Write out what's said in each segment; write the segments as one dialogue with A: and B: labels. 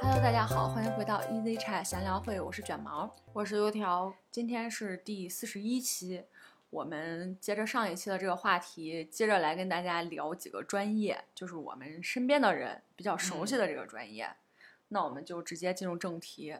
A: Hello，大家好，欢迎回到 Easy Chat 闲聊会，我是卷毛，
B: 我是油条，
A: 今天是第四十一期，我们接着上一期的这个话题，接着来跟大家聊几个专业，就是我们身边的人比较熟悉的这个专业。那我们就直接进入正题，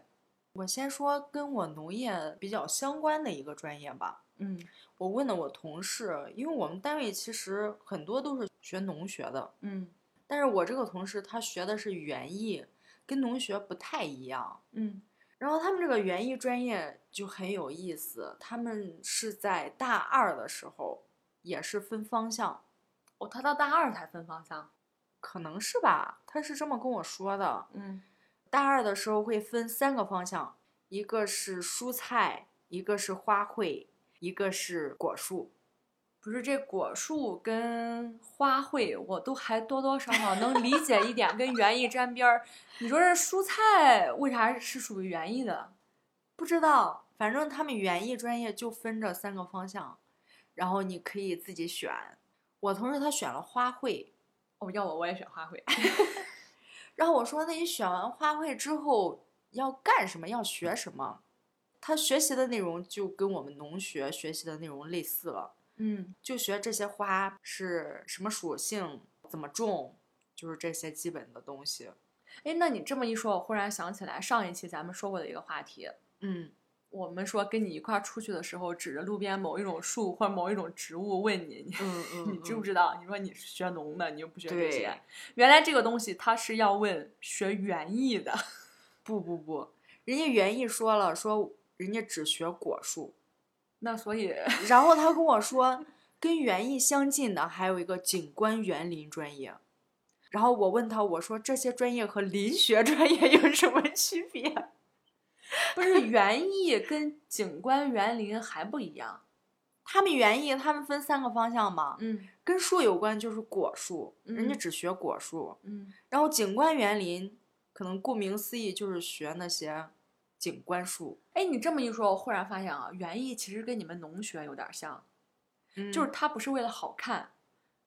B: 我先说跟我农业比较相关的一个专业吧。
A: 嗯
B: 我问了我同事，因为我们单位其实很多都是学农学的，
A: 嗯
B: 但是我这个同事他学的是园艺，跟农学不太一样。
A: 嗯
B: 然后他们这个园艺专业就很有意思，他们是在大二的时候也是分方向，
A: 哦，他到大二才分方向，
B: 可能是吧，他是这么跟我说的。
A: 嗯
B: 大二的时候会分三个方向，一个是蔬菜，一个是花卉，一个是果树。
A: 不是这果树跟花卉，我都还多多少少能理解一点，跟园艺沾边儿。你说这蔬菜为啥是属于园艺的？
B: 不知道，反正他们园艺专业就分这三个方向，然后你可以自己选。我同事他选了花卉，
A: 哦，要我我也选花卉。
B: 然后我说：“那你选完花卉之后要干什么？要学什么？”他学习的内容就跟我们农学学习的内容类似了。
A: 嗯
B: 就学这些花是什么属性，怎么种，就是这些基本的东西。，
A: 哎，那你这么一说，我忽然想起来上一期咱们说过的一个话题，
B: 嗯，
A: 我们说跟你一块儿出去的时候，指着路边某一种树或者某一种植物问你，你、
B: 嗯嗯
A: 你知不
B: 嗯
A: 知道？你说你是学农的，你又不学这些
B: 对，
A: 原来这个东西它是要问学园艺的。
B: 不不不，人家园艺说了，说人家只学果树，
A: 那所以，
B: 然后他跟我说，跟园艺相近的还有一个景观园林专业。然后我问他，我说这些专业和林学专业有什么区别？
A: 不是园艺跟景观园林还不一样。
B: 他们园艺他们分三个方向嘛，
A: 嗯
B: 跟树有关就是果树，人家
A: 嗯
B: 只学果树。
A: 嗯
B: 然后景观园林，可能顾名思义就是学那些景观树，
A: 哎，你这么一说，我忽然发现啊，园艺其实跟你们农学有点儿像，
B: 就
A: 就是
B: 嗯
A: 是它不是为了好看，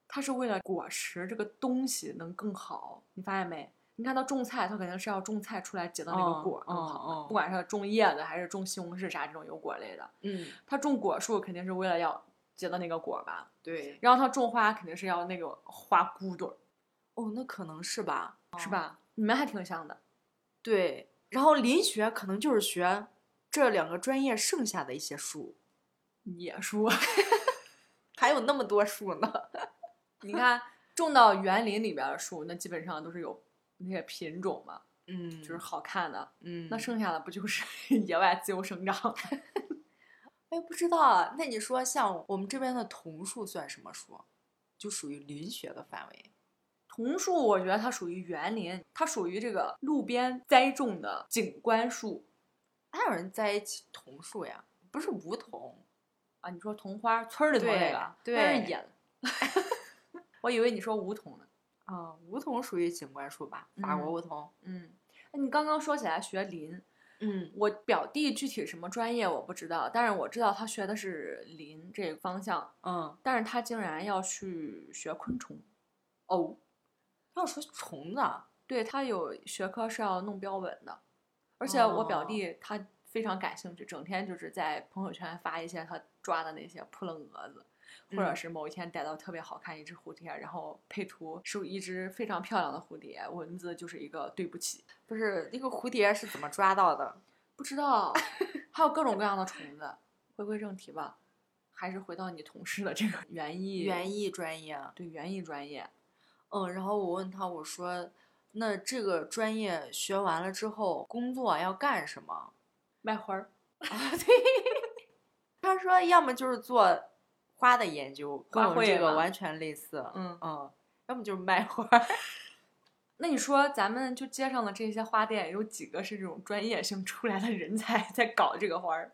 A: 它是为了果实这个东西能更好。你发现没？你看到种菜，它肯定是要种菜出来结的那个
B: 嗯
A: 果更好嘛，
B: 嗯嗯
A: 不管是种叶子还是种西红柿啥这种有果类的，
B: 嗯，
A: 它种果树肯定是为了要结的那个果吧。
B: 对，
A: 然后它种花肯定是要那个花骨朵儿，
B: 哦，那可能是吧，
A: 是？吧？你们还挺像的。
B: 对，然后林学可能就是学这两个专业剩下的一些树，
A: 野树，
B: 还有那么多树呢。
A: 你看种到园林里边的树，那基本上都是有那些品种嘛，
B: 嗯，
A: 就是好看的。
B: 嗯，
A: 那剩下的不就是 野外自由生长？
B: 哎，不知道啊。那你说像我们这边的桐树算什么树？就属于林学的范围。
A: 桐树，我觉得它属于园林，它属于这个路边栽种的景观树
B: 哪有人栽起桐树呀？不是梧桐，
A: 啊。你说桐花，村儿里头那个，
B: 对
A: 那
B: 对
A: 是野 的。我以为你说梧桐呢。
B: 啊，梧桐属于景观树吧？法国
A: 嗯
B: 梧桐。
A: 嗯，那你刚刚说起来学林，
B: 嗯
A: 我表弟具体什么专业我不知道，但是我知道他学的是林这个方向，
B: 嗯，
A: 但是他竟然要去学昆虫。哦，
B: 要说虫子啊，
A: 对他有学科是要弄标本的，而且我表
B: 哦
A: 弟他非常感兴趣，整天就是在朋友圈发一些他抓的那些扑棱蛾子，或者
B: 嗯
A: 是某一天逮到特别好看一只蝴蝶，然后配图是一只非常漂亮的蝴蝶，文字就是一个对不起，
B: 不是那个蝴蝶是怎么抓到的？
A: 不知道，还有各种各样的虫子。回归正题吧，还是回到你同事的这个园艺
B: 园艺专业。啊
A: 对园艺专业，
B: 嗯，然后我问他，我说，那这个专业学完了之后，工作要干什么？
A: 卖花儿
B: 他说，要么就是做花的研究，跟
A: 花
B: 我们这
A: 卉
B: 个
A: 嘛
B: 完全类似。
A: 嗯
B: 嗯，要么就是卖花儿。
A: 那你说，咱们就街上的这些花店，有几个是这种专业性出来的人才 在搞这个花儿？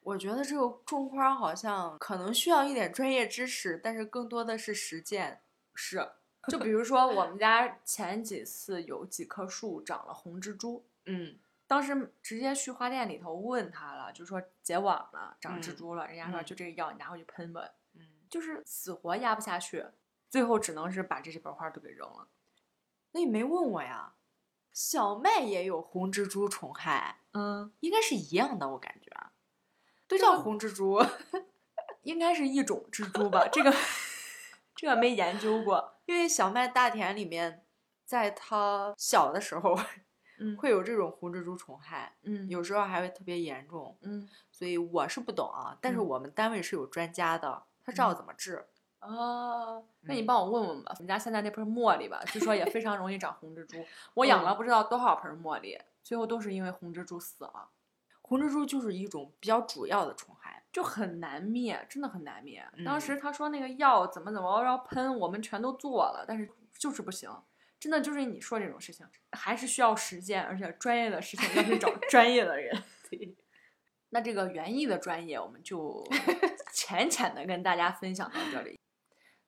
B: 我觉得这个种花儿好像可能需要一点专业知识，但是更多的是实践。
A: 是，就比如说我们家前几次有几棵树长了红蜘蛛，
B: 嗯
A: 当时直接去花店里头问他了，就说结网了，长蜘
B: 嗯
A: 蛛了，人家说
B: 嗯
A: 就这个药你拿回去喷吧，
B: 嗯，
A: 就是死活压不下去，最后只能是把这几盆花都给扔了。
B: 那你没问我呀？小麦也有红蜘蛛虫害，
A: 嗯，
B: 应该是一样的，我感觉。啊都
A: 这
B: 叫
A: 个
B: 红蜘蛛，
A: 应该是一种蜘蛛吧？这个 这个没研究过。
B: 因为小麦大田里面，在它小的时候
A: 嗯
B: 会有这种红蜘蛛虫害，
A: 嗯
B: 有时候还会特别严重。
A: 嗯
B: 所以我是不懂啊，但是
A: 嗯
B: 我们单位是有专家的，他知道
A: 嗯
B: 怎么治。
A: 哦，那你
B: 嗯
A: 帮我问问吧，我们家现在那盆茉莉吧，据说也非常容易长红蜘蛛。我养了不知道多少盆茉莉，最后都是因为红蜘蛛死了，
B: 红蜘蛛就是一种比较主要的虫害。
A: 就很难灭，真的很难灭。
B: 嗯
A: 当时他说那个药怎么怎么要喷，我们全都做了，但是就是不行。真的就是你说这种事情，还是需要实践，而且专业的事情要去找 专业的人。那这个园艺的专业，我们就浅浅的跟大家分享到这里。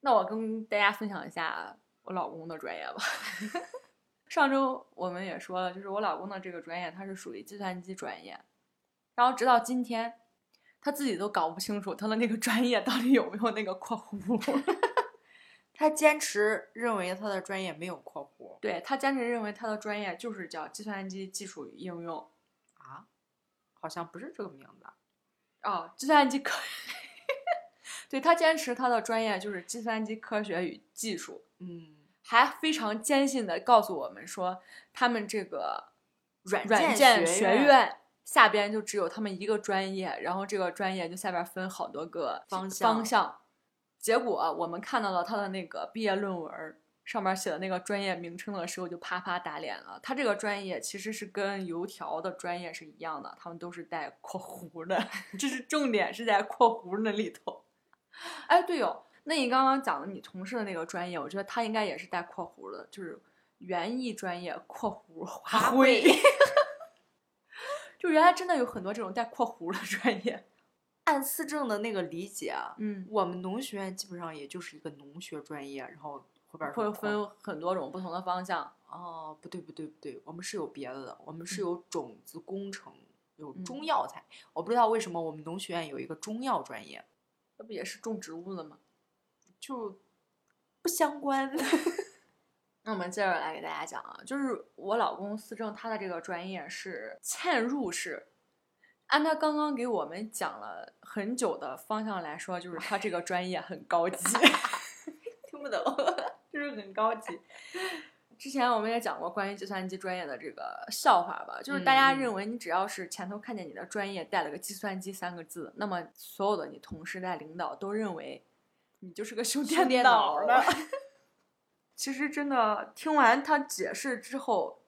A: 那我跟大家分享一下我老公的专业吧。 上周我们也说了，就是我老公的这个专业，他是属于计算机专业，然后直到今天，他自己都搞不清楚他的那个专业到底有没有那个括弧。
B: 他坚持认为他的专业没有括弧
A: 对他坚持认为他的专业就是叫计算机技术与应用
B: 啊，好像不是这个名字。
A: 哦，计算机科。 对他坚持他的专业就是计算机科学与技术，
B: 嗯，
A: 还非常坚信的告诉我们说，他们这个
B: 软
A: 软
B: 件
A: 件学
B: 院
A: 院下边就只有他们一个专业，然后这个专业就下边分好多个
B: 方
A: 向。
B: 向
A: 结果我们看到了他的那个毕业论文儿上面写的那个专业名称的时候，就啪啪打脸了。他这个专业其实是跟油条的专业是一样的，他们都是带括弧的， 这是重点是在括弧那里头。哎，对哦，那你刚刚讲的你同事的那个专业，我觉得他应该也是带括弧的，就是园艺专业括弧
B: 花
A: 花卉。就原来真的有很多这种带括弧的 专业。
B: 按思政的那个理解啊，
A: 嗯，
B: 我们农学院基本上也就是一个农学专业，然后后边儿是
A: 会
B: 括
A: 分很多种不同的方向。
B: 哦，不对不对不对，我们是有别的的，我们是
A: 嗯
B: 有种子工程，有
A: 嗯
B: 中药材。我不知道为什么我们农学院有一个中药专业，
A: 这不也是种植物的吗？
B: 就不相关。
A: 那我们接着来给大家讲啊，就是我老公思政他的这个专业是嵌入式。按他刚刚给我们讲了很久的方向来说，就是他这个专业很高级，
B: 听 不懂。
A: 就是很高级。之前我们也讲过关于计算机专业的这个笑话吧，就是大家
B: 嗯嗯
A: 认为你只要是前头看见你的专业带了个计算机三个字，那么所有的你同事带领导都认为你就是个修
B: 修电
A: 脑
B: 脑
A: 的。 其实真的听完他解释之后，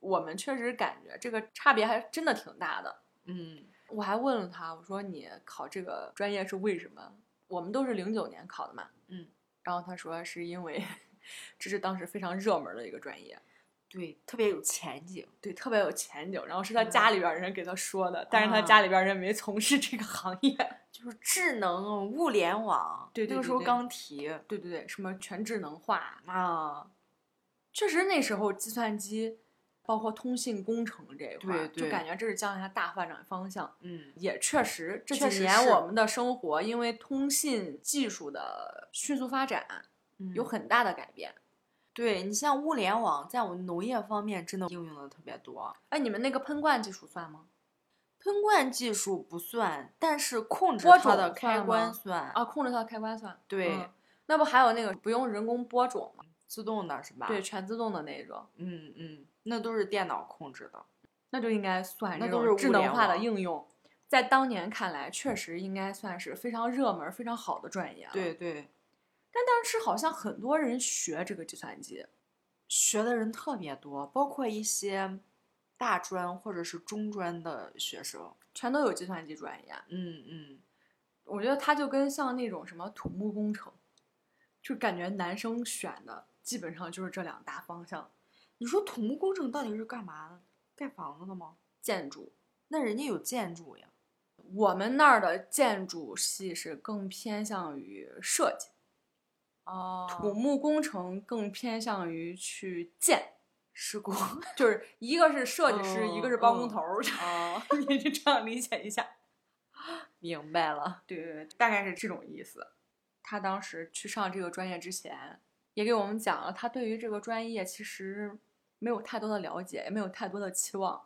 A: 我们确实感觉这个差别还真的挺大的。
B: 嗯，
A: 我还问了他，我说你考这个专业是为什么？我们都是零九年考的嘛，
B: 嗯，
A: 然后他说是因为 这是当时非常热门的一个专业，
B: 对，特别有前景。
A: 对，特别有前景，然后是他家里边儿人给他说的，但是他
B: 啊
A: 家里边儿人没从事这个行业，
B: 就是智能物联网，
A: 对对
B: 那个
A: 对
B: 时候
A: 对
B: 刚提
A: 对对对，什么全智能化，
B: 啊，
A: 确实那时候计算机。包括通信工程这一块儿，
B: 对对
A: 就感觉这是将来大发展方向。
B: 嗯，
A: 也确实，这
B: 确
A: 几
B: 实
A: 年
B: 是
A: 我们的生活因为通信技术的迅速发展，有
B: 有很
A: 很大的改变。
B: 对你像物联网，在我们农业方面真的应用的特别多。
A: 哎，你们那个喷灌技术算吗？
B: 喷灌技术不算，但是控制
A: 播
B: 它
A: 种算
B: 的开
A: 吗
B: 关算，
A: 啊，控制它的开关算。
B: 对
A: 嗯那不还有那个不用人工播种吗？
B: 自动的是吧？
A: 对，，全自动的那种，
B: 嗯嗯，那都是电脑控制的。
A: 那就应该算
B: 那
A: 这
B: 都
A: 种
B: 是
A: 智
B: 物
A: 能
B: 联
A: 化的
B: 网
A: 应用。在当年看来，确实应该算是非常热门、非常好的专业了。
B: 对，对，
A: 但当时好像很多人学这个计算机。
B: 学的人特别多，包括一些大专或者是中专的学生。
A: 全都有计算机专业，
B: 嗯嗯，
A: 我觉得它就跟像那种什么土木工程，就感觉男生选的基本上就是这两大方向，
B: 你说土木工程到底是干嘛的？盖房子的吗？
A: 建筑
B: 那人家有建筑呀。
A: 我们那儿的建筑系是更偏向于设计，
B: 哦
A: 土木工程更偏向于去建，
B: 施工。
A: 就是一个是设计师，
B: 嗯
A: 一个是包工头儿，
B: 哦，
A: 你就这样理解一下。
B: 明白了。
A: 对对对，大概是这种意思。他当时去上这个专业之前，也给我们讲了，他对于这个专业其实没有太多的了解，也没有太多的期望，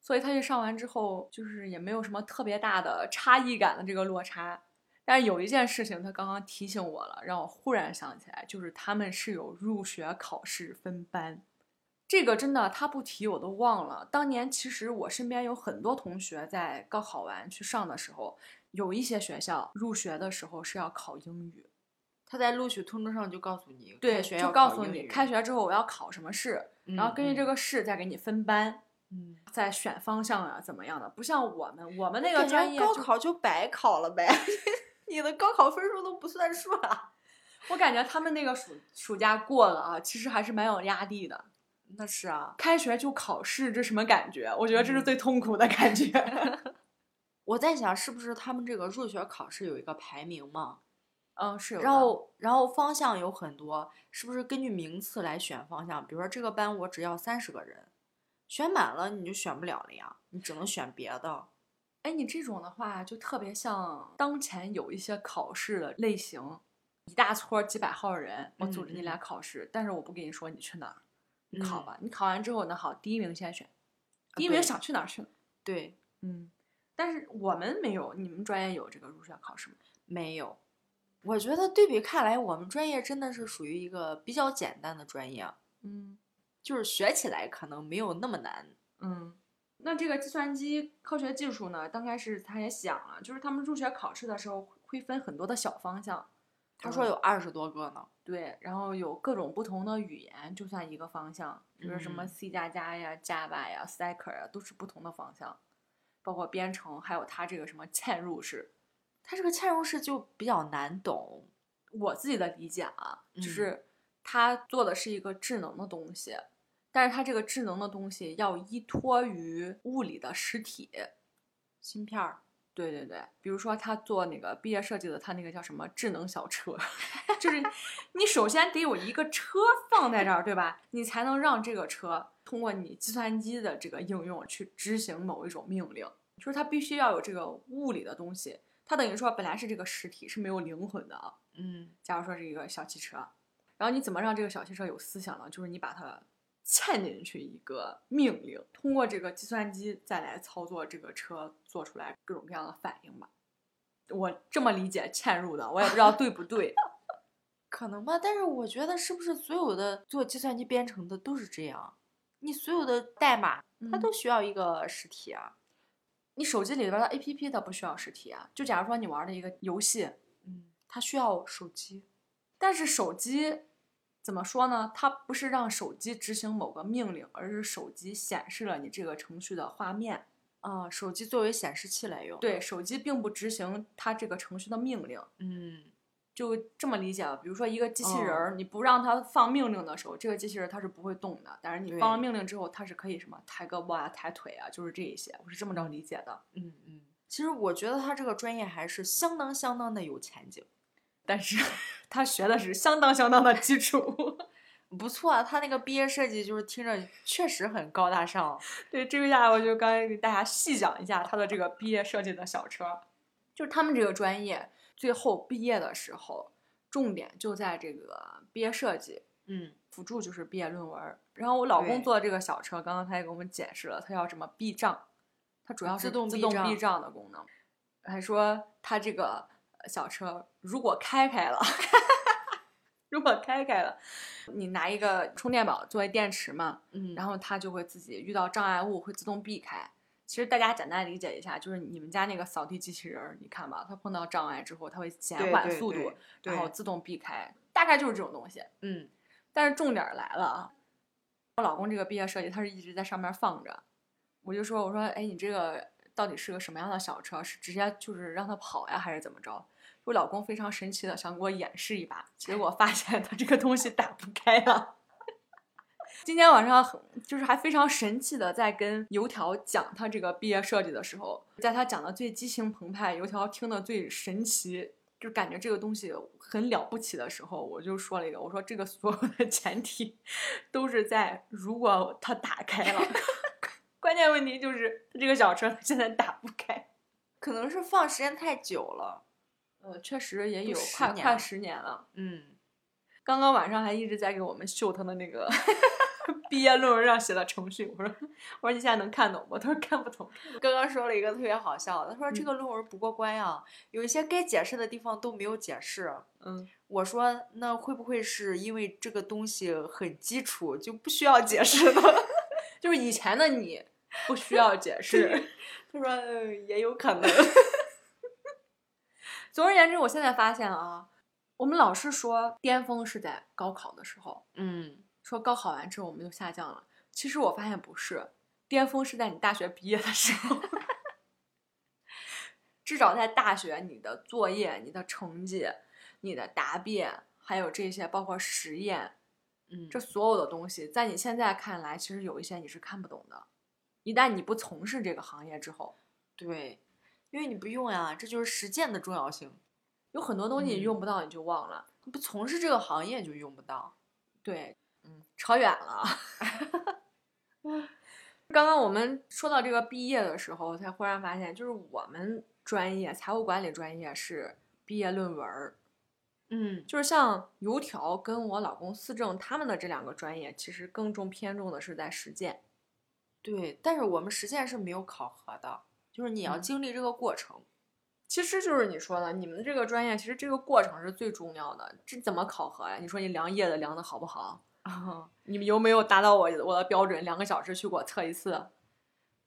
A: 所以他去上完之后，就是也没有什么特别大的差异感的这个落差。但是有一件事情，他刚刚提醒我了，让我忽然想起来，就是他们是有入学考试分班，这个真的他不提我都忘了。当年其实我身边有很多同学在高考完去上的时候，有一些学校入学的时候是要考英语，
B: 他在录取通知上就告诉你，
A: 对，
B: 开学
A: 就
B: 要
A: 告
B: 考
A: 诉
B: 英
A: 你
B: 语
A: 开，学之后我要考什么试，
B: 嗯
A: 然后根据这，个试再给你分班，
B: 嗯，嗯
A: 再选方向啊怎么样的。不像我们，我们那个
B: 感觉
A: 专业
B: 高
A: 就，
B: 考就白考了呗， 你的高考分数都不算数了。
A: 我感觉他们那个暑暑假过了啊，其实还是蛮有压力的。
B: 那是啊，
A: 开学就考试，这什么感觉？我觉得这
B: 嗯
A: 是最痛苦的感觉。
B: 我在想是不是他们这个入学考试有一个排名嘛？
A: 嗯，是有的。
B: 然后，然后方向有很多，是不是根据名次来选方向？比如说这个班我只要三十个人，选满了你就选不了了呀，你只能选别的。
A: 哎，你这种的话就特别像当前有一些考试的类型，一大撮儿几百号人，我组织你
B: 嗯嗯
A: 俩考试，但是我不跟你说你去哪儿，你考
B: 嗯
A: 吧。你考完之后呢，好，第一名先选，
B: 啊
A: 第一名
B: 对
A: 想去哪儿去哪儿。
B: 对，
A: 嗯，但是我们没有，你们专业有这个入学考试吗？
B: 没有。我觉得对比看来，我们专业真的是属于一个比较简单的专业，
A: 嗯
B: 就是学起来可能没有那么难。
A: 嗯。那这个计算机科学技术呢？刚开始他也想了，就是他们入学考试的时候会分很多的小方向，
B: 他说有
A: 嗯
B: 二十多个呢，
A: 对，然后有各种不同的语言，就算一个方向，比如什么
B: 嗯
A: C 加加呀、Java 呀、Cycle 呀，都是不同的方向，包括编程，还有它这个什么嵌入式。
B: 他这个嵌入式就比较难懂。
A: 我自己的理解啊，就
B: 嗯
A: 是它做的是一个智能的东西，但是它这个智能的东西要依托于物理的实体。
B: 芯片儿，
A: 对对对，比如说他做那个毕业设计的，他那个叫什么智能小车， 就是你首先得有一个车放在这儿，对吧？你才能让这个车通过你计算机的这个应用去执行某一种命令，就是它必须要有这个物理的东西。它等于说本来是这个实体是没有灵魂的啊，
B: 嗯，
A: 假如说是一个小汽车，然后你怎么让这个小汽车有思想呢？就是你把它嵌进去一个命令，通过这个计算机再来操作这个车，做出来各种各样的反应吧。我这么理解嵌入的，我也不知道对不 对。
B: 可能吧。但是我觉得是不是所有的做计算机编程的都是这样？你所有的代码，它
A: 嗯
B: 都需要一个实体啊。
A: 你手机里边的 A P P 它不需要实体啊，就假如说你玩的一个游戏，
B: 嗯，它需要手机。
A: 但是手机怎么说呢？它不是让手机执行某个命令，而是手机显示了你这个程序的画面。
B: 啊、手机作为显示器来用。，
A: 对，手机并不执行它这个程序的命令。
B: 嗯，
A: 就这么理解啊吧。比如说一个机器
B: 嗯
A: 人儿，你不让它放命令的时候，这个机器人儿它是不会动的。但是你
B: 对
A: 放了命令之后，它是可以什么抬胳膊啊、抬腿啊，就是这一些。我是这么着理解的。
B: 嗯嗯，其实我觉得他这个专业还是相当相当的有前景，
A: 但是他学的是相当相当的基础。
B: 不错啊。他那个毕业设计就是听着确实很高大上。
A: 对，这个下来我就刚才给大家细讲一下他的这个毕业设计的小车，就是他们这个专业最后毕业的时候，重点就在这个毕业设计
B: 嗯，
A: 辅助就是毕业论文儿。然后我老公
B: 对
A: 坐的这个小车，刚刚他也给我们解释了，它叫什么避障，它主要是
B: 啊自动
A: 自
B: 避
A: 动
B: 障
A: 避障的功能。还说他这个呃小车如果开开了， 如果开开了，你拿一个充电宝作为电池嘛，
B: 嗯
A: 然
B: 后
A: 后它就会自己遇到障碍物会自动避开。其实大家简单理解一下，就是你们家那个扫地机器人儿，你看吧，它碰到障碍之后，它会减缓速度，然后自动避开，大概就是这种东西。
B: 嗯，
A: 但是重点儿来了啊，我老公这个毕业设计他是一直在上面放着，我就说我说哎你这个到底是个什么样的小车？是直接就是让它跑呀，还是怎么着？我老公非常神奇的想给我演示一把，结果发现他这个东西打不开了。 今天晚上很就是还非常神气的在跟油条讲他这个毕业设计的时候，在他讲的最激情澎湃，油条听的最神奇，就感觉这个东西很了不起的时候，我就说了一个，我说这个所有的前提都是在如果它打开 了，关键问题就是这个小车它现在打不开。
B: 可能是放时间太久了。
A: 呃，确实也
B: 都
A: 有
B: 十
A: 快
B: 年
A: 快
B: 了
A: 十年了。
B: 嗯，
A: 刚刚晚上还一直在给我们秀他的那 个毕业论文上写的程序，我说我说你现在能看懂吗？他说看不懂。
B: 刚刚说了一个特别好笑的，他说这个论文不过关啊，有一些该解释的地方都没有解释。
A: 嗯，
B: 我说那会不会是因为这个东西很基础，就不需要解释呢？
A: 就是以前的你不需要解释。
B: 他说、呃、也有可能。
A: 总而言之，我现在发现啊，我们老是说巅峰是在高考的时候，
B: 嗯，
A: 说高考完之后我们就下降了。其实我发现不是，巅峰是在你大学毕业的时候。 至少在大学，你的作业、你的成绩、你的答辩，还有这些包括实验，
B: 嗯，
A: 这所有的东西，在你现在看来，其实有一些你是看不懂的。一旦你不从事这个行业之后，
B: 对，因为你不用呀，这就是实践的重要性。
A: 有很多东西你
B: 嗯
A: 用不到，你就忘了。
B: 你不从事这个行业就用不到。
A: 对，
B: 嗯，
A: 扯远了。 刚刚我们说到这个毕业的时候，才忽然发现，就是我们专业财务管理专业是毕业论文儿，
B: 嗯
A: 就是像油条跟我老公思政他们的这两个专业，其实更重偏重的是在实践。
B: 对，但是我们实践是没有考核的，就是你要
A: 嗯
B: 经历这个过程。
A: 其实就是你说的，你们这个专业其实这个过程是最重要的，这怎么考核呀？你说你量叶子量的好不好？
B: 啊，
A: 你们有没有达到我我的标准？两个小时去给我测一次？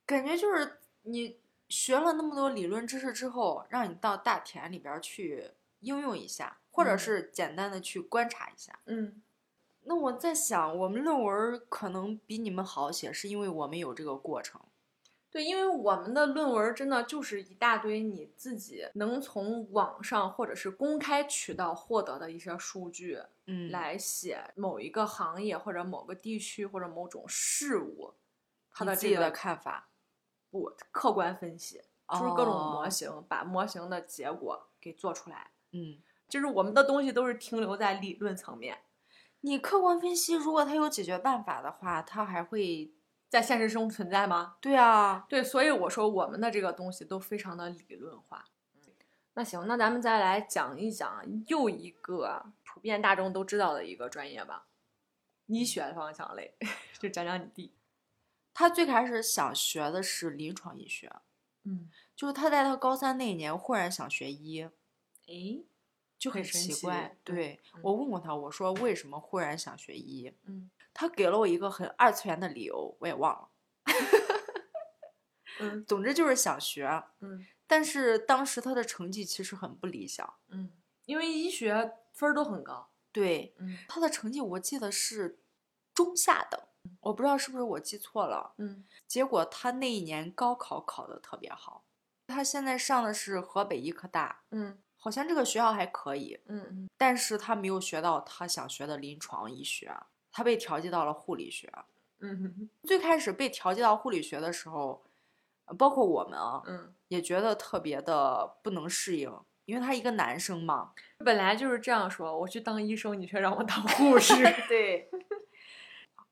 B: 感觉就是你学了那么多理论知识之后，让你到大田里边儿去应用一下，或者
A: 嗯
B: 是简单的去观察一下。
A: 嗯，
B: 那我在想，我们论文儿可能比你们好写，是因为我们有这个过程。
A: 对，因为我们的论文真的就是一大堆你自己能从网上或者是公开渠道获得的一些数据，
B: 嗯，
A: 来写某一个行业或者某个地区或者某种事物，它
B: 你
A: 的
B: 自
A: 这
B: 己
A: 个
B: 的看法，
A: 不客观分析，就是各种模
B: 哦。
A: 型，把模型的结果给做出来。
B: 嗯，
A: 就是我们的东西都是停留在理论层面，
B: 你客观分析，如果它有解决办法的话，它还会
A: 在现实中存在吗？
B: 对啊，
A: 对，所以我说我们的这个东西都非常的理论化。嗯那行，那咱们再来讲一讲又一个普遍大众都知道的一个专业吧，医学方向类，就讲讲你弟。
B: 他最开始想学的是临床医学，
A: 嗯，
B: 就是他在他高三那一年忽然想学医，
A: 诶，
B: 就
A: 很
B: 很
A: 神
B: 奇
A: 奇
B: 怪。
A: 对
B: 对
A: 嗯
B: 我问过他，我说为什么忽然想学医？
A: 嗯
B: 他给了我一个很二次元的理由，我也忘了。
A: 嗯
B: 总之就是想学，
A: 嗯
B: 但是当时他的成绩其实很不理想。
A: 嗯，因为医学分儿都很高。
B: 对，
A: 嗯
B: 他的成绩我记得是中下等，我不知道是不是我记错了。
A: 嗯
B: 结果他那一年高考考得特别好，他现在上的是河北医科大，
A: 嗯
B: 好像这个学校还可以。
A: 嗯嗯，
B: 但是他没有学到他想学的临床医学，他被调剂到了护理学。
A: 嗯
B: 最开始被调剂到护理学的时候，呃包括我们啊，
A: 嗯，
B: 也觉得特别的不能适应，因为他一个男生嘛。
A: 本来就是这样说，我去当医生，你却让我当 护士。
B: 对，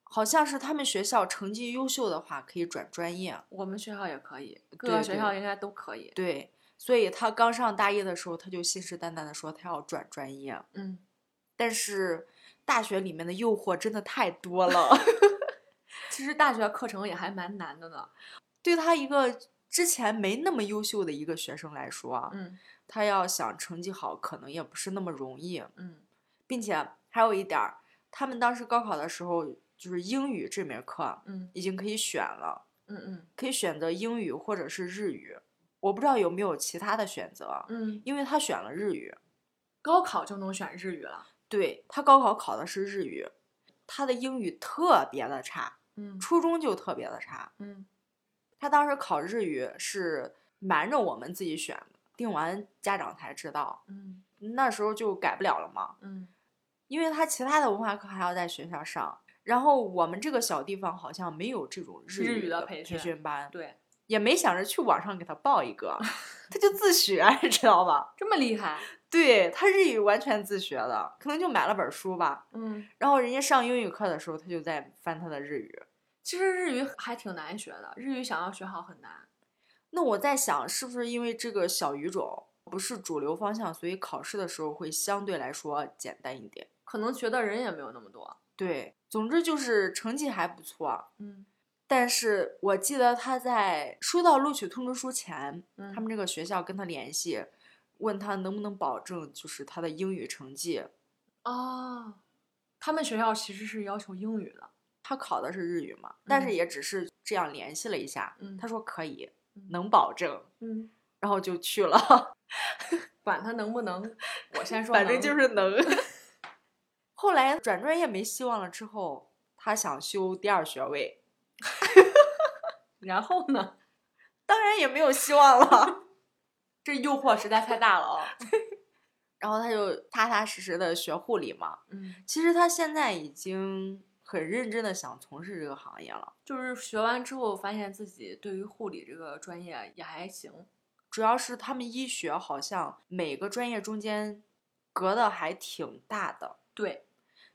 B: 好像是他们学校成绩优秀的话可以转专 业。啊
A: 我们学校也可以，各
B: 对
A: 个学
B: 对
A: 校应该都可以。
B: 对，所以他刚上大一的时候，他就信誓旦旦的说他要转专业，啊
A: 嗯，
B: 但是大学里面的诱惑真的太多了。
A: 其实大学课程也还蛮难的呢。
B: 对他一个之前没那么优秀的一个学生来说啊，
A: 嗯
B: 他要想成绩好，可能也不是那么容易，啊
A: 嗯
B: 并且还有一点儿，他们当时高考的时候，就是英语这门课
A: 嗯
B: 已经可以选了，
A: 嗯嗯
B: 可以选择英语或者是日语，我不知道有没有其他的选择，
A: 嗯，
B: 因为他选了日语，
A: 高考就能选日语了。
B: 对他高考考的是日语，他的英语特别的差，
A: 嗯
B: 初中就特别的差，
A: 嗯
B: 他当时考日语是瞒着我们自己选的，定完家长才知道，
A: 嗯
B: 那时候就改不了了嘛。
A: 嗯
B: 因为他其他的文化课还要在学校上，然后我们这个小地方好像没有这种
A: 日
B: 语
A: 语的
B: 的
A: 培
B: 培
A: 训
B: 训班，
A: 对，
B: 也没想着去网上给他报 一个，他就自学，啊你知道吧？
A: 这么厉害。
B: 对他日语完全自学的，可能就买了本书吧。
A: 嗯，
B: 然后人家上英语课的时候，他就在翻他的日语。
A: 其实日语还挺难学的，日语想要学好很难。
B: 那我在想，是不是因为这个小语种不是主流方向，所以考试的时候会相对来说简单一点？
A: 可能学的人也没有那么多。
B: 对，总之就是成绩还不错。
A: 嗯
B: 但是我记得他在收到录取通知书前，
A: 嗯，
B: 他们这个学校跟他联系，问他能不能保证就是他的英语成绩。
A: 哦，他们学校其实是要求英语的。
B: 他考的是日语嘛，但是
A: 嗯
B: 也只是这样联系了一下，
A: 嗯
B: 他说可以，
A: 嗯
B: 能保证，
A: 嗯，
B: 然后就去了，
A: 管他能不能，我先 说能，
B: 反正就是 能。后来转专业没希望了之后，他想修第二学位，
A: 然后呢，
B: 当然也没有希望了。
A: 这诱惑实在太大了啊、
B: 然后他就踏踏实实的学护理嘛。
A: 嗯，
B: 其实他现在已经很认真的想从事这个行业了，
A: 就是学完之后发现自己对于护理这个专业也还行。
B: 主要是他们医学好像每个专业中间隔的还挺大的。
A: 对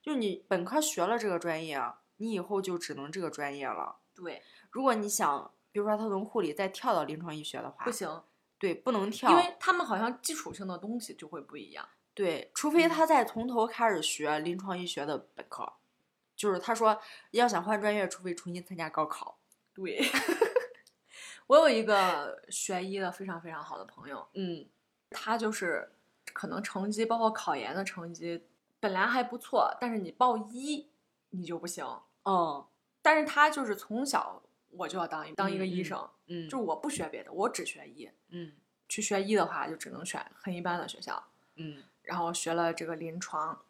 B: 就你本科学了这个专业，啊你以后就只能这个专业了。
A: 对，
B: 如果你想，比如说他从护理再跳到临床医学的话，
A: 不，行，
B: 对，不能跳，
A: 因为他们好像基础性的东西就会不一样。
B: 对，除非
A: 嗯
B: 他再从头开始学临床医学的本科，就是他说要想换专业，除非重新参加高考。
A: 对， 我有一个学医的非常非常好的朋友，
B: 嗯
A: 他就是可能成绩包括考研的成绩本来还不错，但是你报医你就不行。
B: 嗯
A: 但是他就是从小我就要当一当一个
B: 嗯
A: 医
B: 嗯
A: 生，
B: 嗯，
A: 就是我不学别的，我只学医。
B: 嗯
A: 去学医的话，就只能选很一般的学校，
B: 嗯
A: 然后学了这个临床。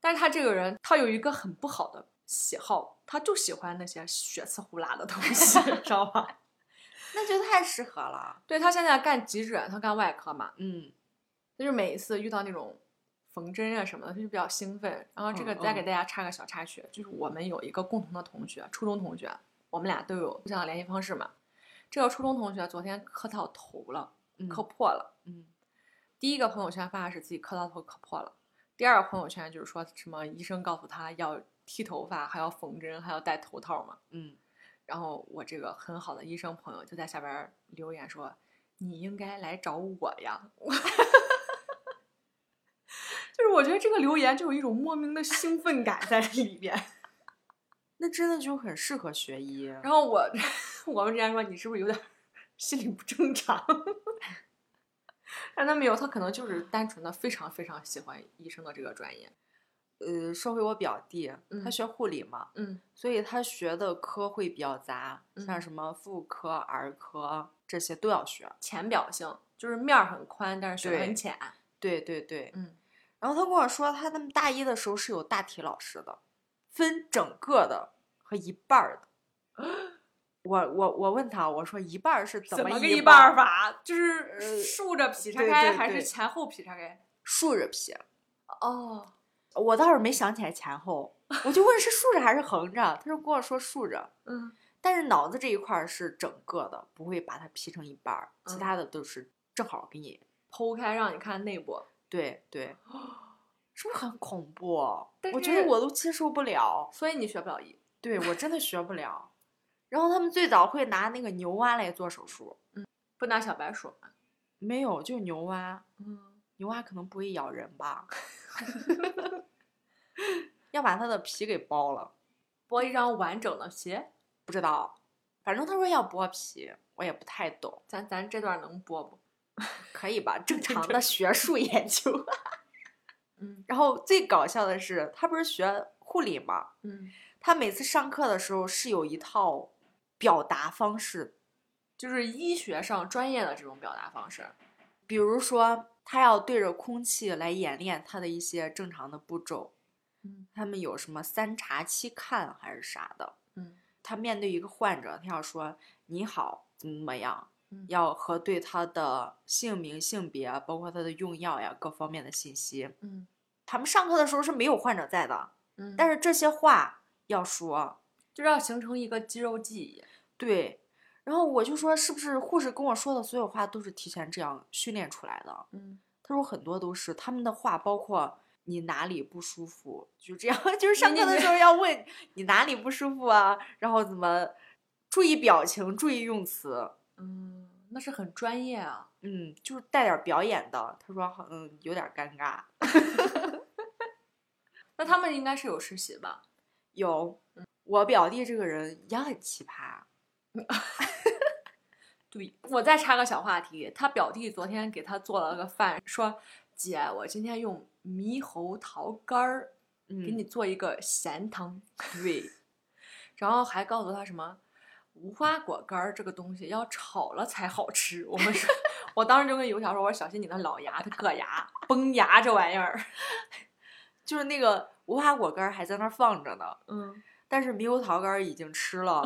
A: 但是他这个人，他有一个很不好的喜好，他就喜欢那些血刺呼啦的东西， 知道吧？
B: 那就太适合了。
A: 对他现在干急诊，他干外科嘛，
B: 嗯
A: 他就是每一次遇到那种缝针啊什么的，他就比较兴奋。然后这个
B: 嗯
A: 再
B: 嗯
A: 给大家插个小插曲，就是我们有一个共同的同学，初中同学，我们俩都有互相的联系方式嘛。这个初中同学昨天磕到头了，
B: 嗯
A: 磕破了。
B: 嗯
A: 第一个朋友圈发的是自己磕到头磕破了，第二个朋友圈就是说什么医生告诉他要剃头发，还要缝针，还要戴头套嘛。
B: 嗯，
A: 然后我这个很好的医生朋友就在下边儿留言说：“你应该来找我呀。” 就是我觉得这个留言就有一种莫名的兴奋感在这里边。
B: 那真的就很适合学医。
A: 然后我 我们之前说你是不是有点儿心理不正常？ 但他没有，他可能就是单纯的非常非常喜欢医生的这个专业。
B: 呃，说回我表弟，他
A: 嗯
B: 学护理嘛，
A: 嗯
B: 所以他学的科会比较杂，像
A: 嗯
B: 什么妇科、儿科这些都要学。，
A: 浅表性就是面儿很宽，但是水
B: 对
A: 很浅。
B: 对对对。
A: 嗯，
B: 然后他跟我说，他们大一的时候是有大体老师的，分整个的和一半儿的。我我我问他，我说一半儿是怎
A: 怎么个
B: 一
A: 一半
B: 儿
A: 儿？法？就是
B: 呃
A: 竖着劈叉
B: 对
A: 开，
B: 对
A: 还是
B: 对
A: 前后劈叉开？
B: 竖着劈。
A: 哦，
B: 我倒是没想起来前后，我就问是竖着还是横着，他就跟我说竖着。
A: 嗯
B: 但是脑子这一块儿是整个的，不会把它劈成一半儿，其
A: 嗯
B: 他的都是正好给你。
A: 剖开让你看内部。
B: 对对，是不是很恐怖哦？
A: 哦但
B: 我觉得
A: 是
B: 我都接受不了，
A: 所以你学不了医。
B: 对我真的学不了。然后他们最早会拿那个牛蛙来做手术，
A: 不拿小白鼠吗？
B: 没有，就牛蛙，
A: 嗯，
B: 牛蛙可能不会咬人吧，要把它的皮给剥了，
A: 剥一张完整的皮，
B: 不知道，反正他说要剥皮，我也不太懂，
A: 咱咱这段能播不？
B: 可以吧？正常的学术研究。
A: 嗯
B: 然后最搞笑的是，他不是学护理吗？
A: 嗯，
B: 他每次上课的时候是有一套表达方式，
A: 就是医学上专业的这种表达方式。
B: 比如说他要对着空气来演练他的一些正常的步骤。
A: 嗯
B: 他们有什么三查七看还是啥的？
A: 嗯
B: 他面对一个患者，他要说你好怎么怎么样，
A: 嗯
B: 要核对他的姓名、性别，包括他的用药呀各方面的信息。
A: 嗯
B: 他们上课的时候是没有患者在的，
A: 嗯，
B: 但
A: 是
B: 是这些话要说，
A: 就是要形成一个肌肉记忆。
B: 对，然后我就说是不是护士跟我说的所有话都是提前这样训练出来的？
A: 嗯，
B: 他说很多都是他们的话，包括你哪里不舒服，就这样， 就是上
A: 你
B: 课
A: 你
B: 的时候要问你哪里不舒服啊，然后怎么注意表情，注意用词，
A: 嗯，那是很专业啊。
B: 嗯，就是带点儿表演的。他说好嗯有点儿尴尬，
A: 那他们应该是有实习吧？
B: 有，
A: 嗯
B: 我表弟这个人也很奇葩，
A: 对，我再插个小话题，他表弟昨天给他做了个饭，说姐，我今天用猕猴桃干儿
B: 嗯
A: 给你做一个咸汤，
B: 对，
A: 然后还告诉他什么无花果干儿这个东西要炒了才好吃。我们说， 我当时就跟尤晓说，我说小心你那老牙，它硌牙，崩牙这玩意儿。
B: 就是那个无花果干儿还在那儿放着呢，
A: 嗯，
B: 但是猕猴桃干儿已经吃 了，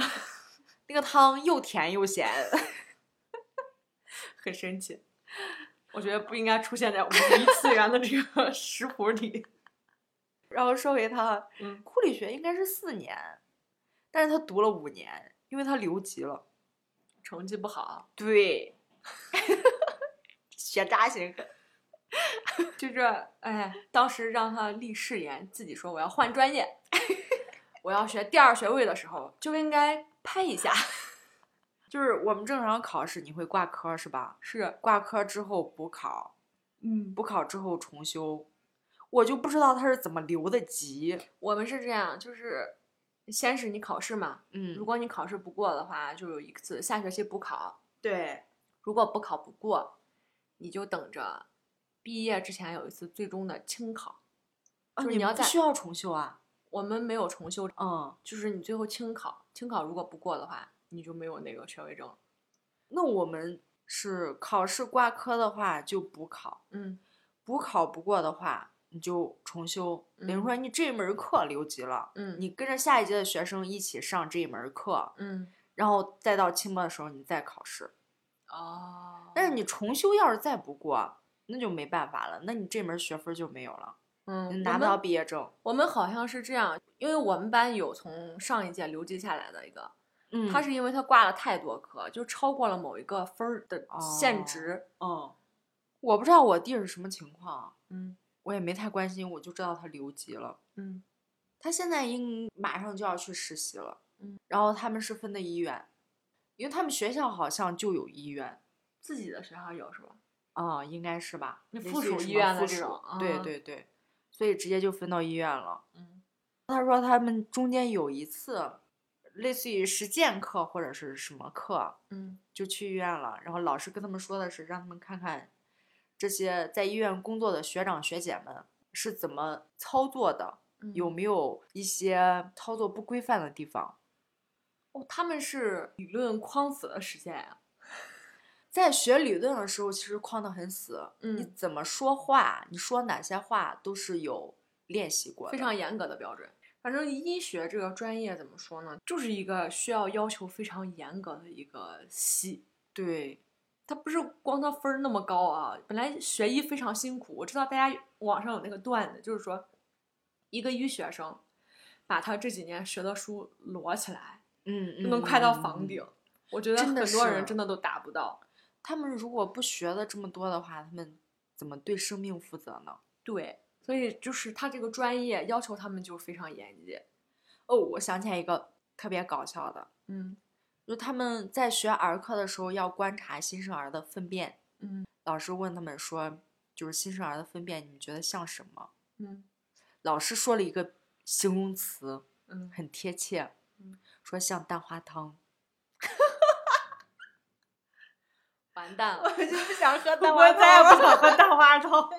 B: 那个汤又甜又咸。
A: 很神奇。我觉得不应该出现在我们一次 元的这个食谱里。
B: 然后说回他，
A: 嗯，
B: 护理学应该是四年，但是他读了五年，因为他留级了。
A: 成绩不好，
B: 对， 学渣型。
A: 就这，哎，当时让他立誓言，自己说我要换专业， 我要学第二学位的时候就应该拍一下。
B: 就是我们正常考试你会挂科是吧？
A: 是，
B: 挂科之后补考，
A: 嗯，
B: 补考之后重修，我就不知道他是怎么留的级。
A: 我们是这样，就是先是你考试嘛，
B: 嗯
A: 如果你考试不过的话，就有一次下学期补考；
B: 对，
A: 如果补考不过，你就等着毕业之前有一次最终的清考。
B: 啊
A: 就是
B: 你
A: 你要
B: 不
A: 在
B: 需要重修啊。
A: 我们没有重修，
B: 嗯，
A: 就是你最后清考，清考如果不过的话，你就没有那个学位证了。
B: 那我们是考试挂科的话就补考，
A: 嗯，
B: 补考不过的话你就重修。比如
A: 嗯
B: 说你这门课留级了，
A: 嗯
B: 你跟着下一届的学生一起上这门课，
A: 嗯
B: 然后再到期末的时候你再考试。
A: 哦，
B: 但是你重修要是再不过，那就没办法了，那你这门学分就没有了，你
A: 嗯
B: 拿不
A: 我
B: 到
A: 们
B: 毕业证。
A: 我们好像是这样，因为我们班有从上一届留级下来的一个，
B: 嗯
A: 他是因为他挂了太多科，就超过了某一个分儿的限
B: 哦
A: 值。
B: 嗯，我不知道我弟是什么情况，
A: 嗯
B: 我也没太关心，我就知道他留级了。
A: 嗯
B: 他现在应马上就要去实习了，
A: 嗯，
B: 然后他们是分的医院，因为他们学校好像就有医院
A: 自己的学校有是吧？
B: 啊、应该是吧？
A: 那
B: 类
A: 附
B: 似于
A: 属
B: 什
A: 医
B: 么
A: 院
B: 附
A: 的这
B: 属
A: 种啊
B: 对对对，所以直接就分到医院了。
A: 嗯
B: 他说他们中间有一次，类似于实践课或者是什么课，
A: 嗯
B: 就去医院了，然后老师跟他们说的是让他们看看这些在医院工作的学长学姐们是怎么操作的，
A: 嗯
B: 有没有一些操作不规范的地方。
A: 哦，他们是理论框死的啊实践呀、
B: 在学理论的时候，其实框得很死，你
A: 嗯，
B: 怎么说话，你说哪些话都是有练习过
A: 非
B: 的。
A: 常严格的标准。反正医学这个专业怎么说呢，就是一个需要要求非常严格的一个系。
B: 对，
A: 他不是光他分儿那么高啊，本来学医非常辛苦。我知道大家网上有那个段子，就是说一个医学生把他这几年学的书摞起来，
B: 嗯，
A: 就能快到
B: 嗯
A: 房
B: 嗯
A: 顶。我觉得
B: 真
A: 很
B: 的
A: 多
B: 是
A: 人真的都达不到。
B: 他们如果不学的这么多的话，他们怎么对生命负责呢？
A: 对，所以就是他这个专业要求他们就非常严谨。
B: 哦，我想起来一个特别搞笑的，
A: 嗯
B: 就他们在学儿科的时候要观察新生儿的粪便。
A: 嗯，
B: 老师问他们说，就是新生儿的粪便，你们觉得像什么？
A: 嗯
B: 老师说了一个形容词，
A: 嗯，
B: 很贴切
A: 嗯，
B: 说像蛋 花汤。，
A: 完蛋了
B: 就不想喝
A: 蛋
B: 我
A: 花
B: 再也
A: 汤
B: 不想喝蛋花汤。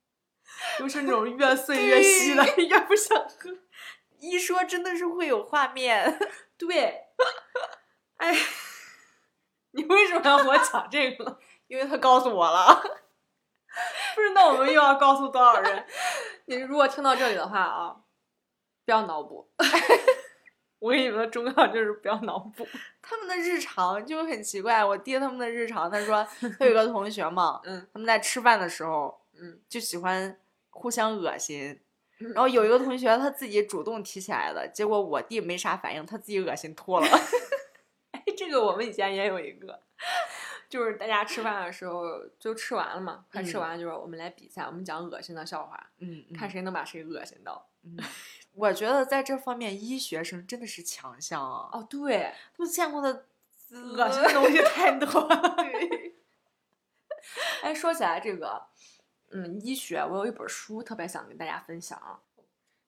A: 就是那种越碎越 稀的，越不想喝。
B: 一说真的是会有画面，
A: 对，哎， 你为什么要和我讲这个？
B: 因为他告诉我了。
A: 不是，那我们又要告诉多少人？你如果听到这里的话啊，不要脑补。 我给你们的忠告就是不要脑补。
B: 他们的日常就很奇怪，我爹他们的日常，他 说他有个同学嘛，
A: 嗯
B: 他们在吃饭的时候，
A: 嗯，
B: 就喜欢互相恶心。
A: 嗯
B: 然后有一个同学他自己主动提起来的，结果我弟没啥反应，他自己恶心 吐了。
A: 哎，这个我们以前也有一个，就是大家吃饭的时候就吃完了嘛，快吃
B: 嗯
A: 完了就是我们来比赛，我们讲恶心的笑话，
B: 嗯，
A: 看
B: 看谁？
A: 谁能把谁恶心到。
B: 嗯我觉得在这方面，医学生真的是强项啊，
A: 哦，对，
B: 他们见过的恶
A: 恶心
B: 心的
A: 的
B: 东西太多 了。
A: 哎，说起来这个，嗯，医学，我有一本书特别想跟大家分享，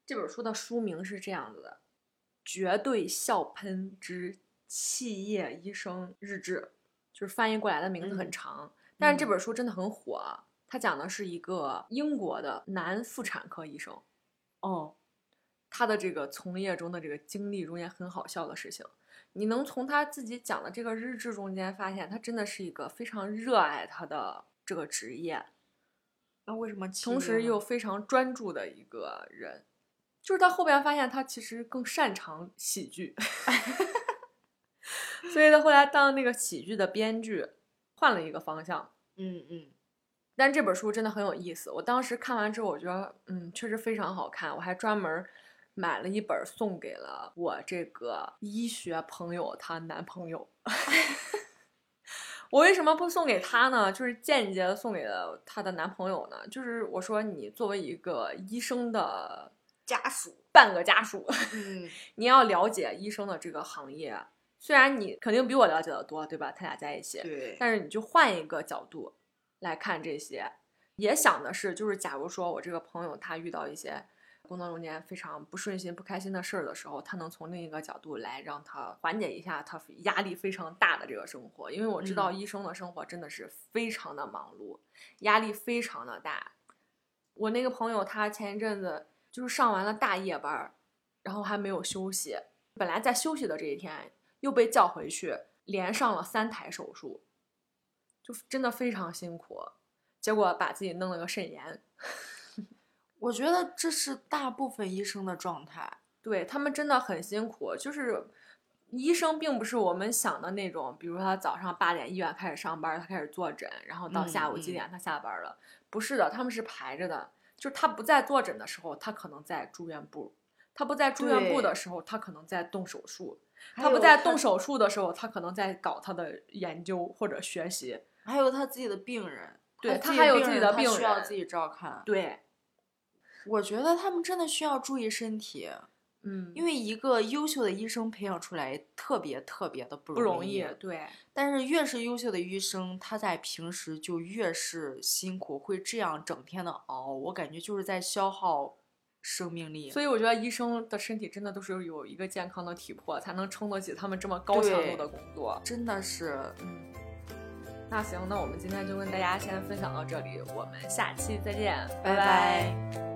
A: 这本书的书名是这样子的：《绝对笑喷之企业医生日志》，就是翻译过来的名字很
B: 嗯
A: 长，但是这
B: 嗯
A: 本书真的很火啊。它讲的是一个英国的男妇产科医生，
B: 哦，
A: 他的这个从业中的这个经历中间很好笑的事情，你能从他自己讲的这个日志中间发现，他真的是一个非常热爱他的这个职业，
B: 那为什么企
A: 同时
B: 业
A: 又
B: 呢
A: 非常专注的一个人。就是到后边发现他其实更擅长喜剧， 所以他后来当那个喜剧的编剧，换了一个方向。
B: 嗯嗯
A: 但这本书真的很有意思，我当时看完之后，我觉得嗯，确实非常好看，我还专门儿买了一本儿送给了我这个医学朋友她男朋友。 我为什么不送给她呢？就是间接地送给了她的男朋友呢？就是我说你作为一个医生的
B: 家属，
A: 半个家属，
B: 嗯
A: 你要了解医生的这个行业，虽然你肯定比我了解的多，对吧？他俩在一起，
B: 对，
A: 但是你就换一个角度来看这些，也想的是，就是假如说我这个朋友他遇到一些工作中间非常不顺心、不开心的事儿的时候，他能从另一个角度来让他缓解一下他压力非常大的这个生活。因为我知道
B: 嗯
A: 医生的生活真的是非常的忙碌，压力非常的大。我那个朋友他前一阵子就是上完了大夜班儿，然后还没有休息，本来在休息的这一天又被叫回去，连上了三台手术，就真的非常辛苦，结果把自己弄了个肾炎。
B: 我觉得这是大部分医生的状态。
A: 对他们真的很辛苦，就是医生并不是我们想的那种，比如说他早上八点医院开始上班，他开始坐诊，然后到
B: 嗯
A: 下午几
B: 嗯
A: 点他下班了，不是的，他们是排着的，就是他不在坐诊的时候，他可能在住院部。他不在住院部的
B: 对
A: 时候，他可能在动手术；
B: 还
A: 他不
B: 有
A: 在动，手术的时候，他可能在搞他的研究或者学习。
B: 还有他自己的病人，
A: 对
B: 自
A: 他
B: 己
A: 还有
B: 病
A: 自己
B: 人
A: 的
B: 他
A: 病
B: 需要
A: 人
B: 自己照看。
A: 对，
B: 我觉得他们真的需要注意身体，
A: 嗯，
B: 因为一个优秀的医生培养出来特别特别的不
A: 不容易
B: 易。，
A: 对，
B: 但是越是优秀的医生，他在平时就越是辛苦，会这样整天的熬，我感觉就是在消耗生命力。
A: 所以我觉得医生的身体真的都是有一个健康的体魄，才能撑得起他们这么高强度
B: 对
A: 的工作。
B: 真的是，
A: 嗯，那行，那我们今天就跟大家先分享到这里，我们下期再见，拜
B: 拜拜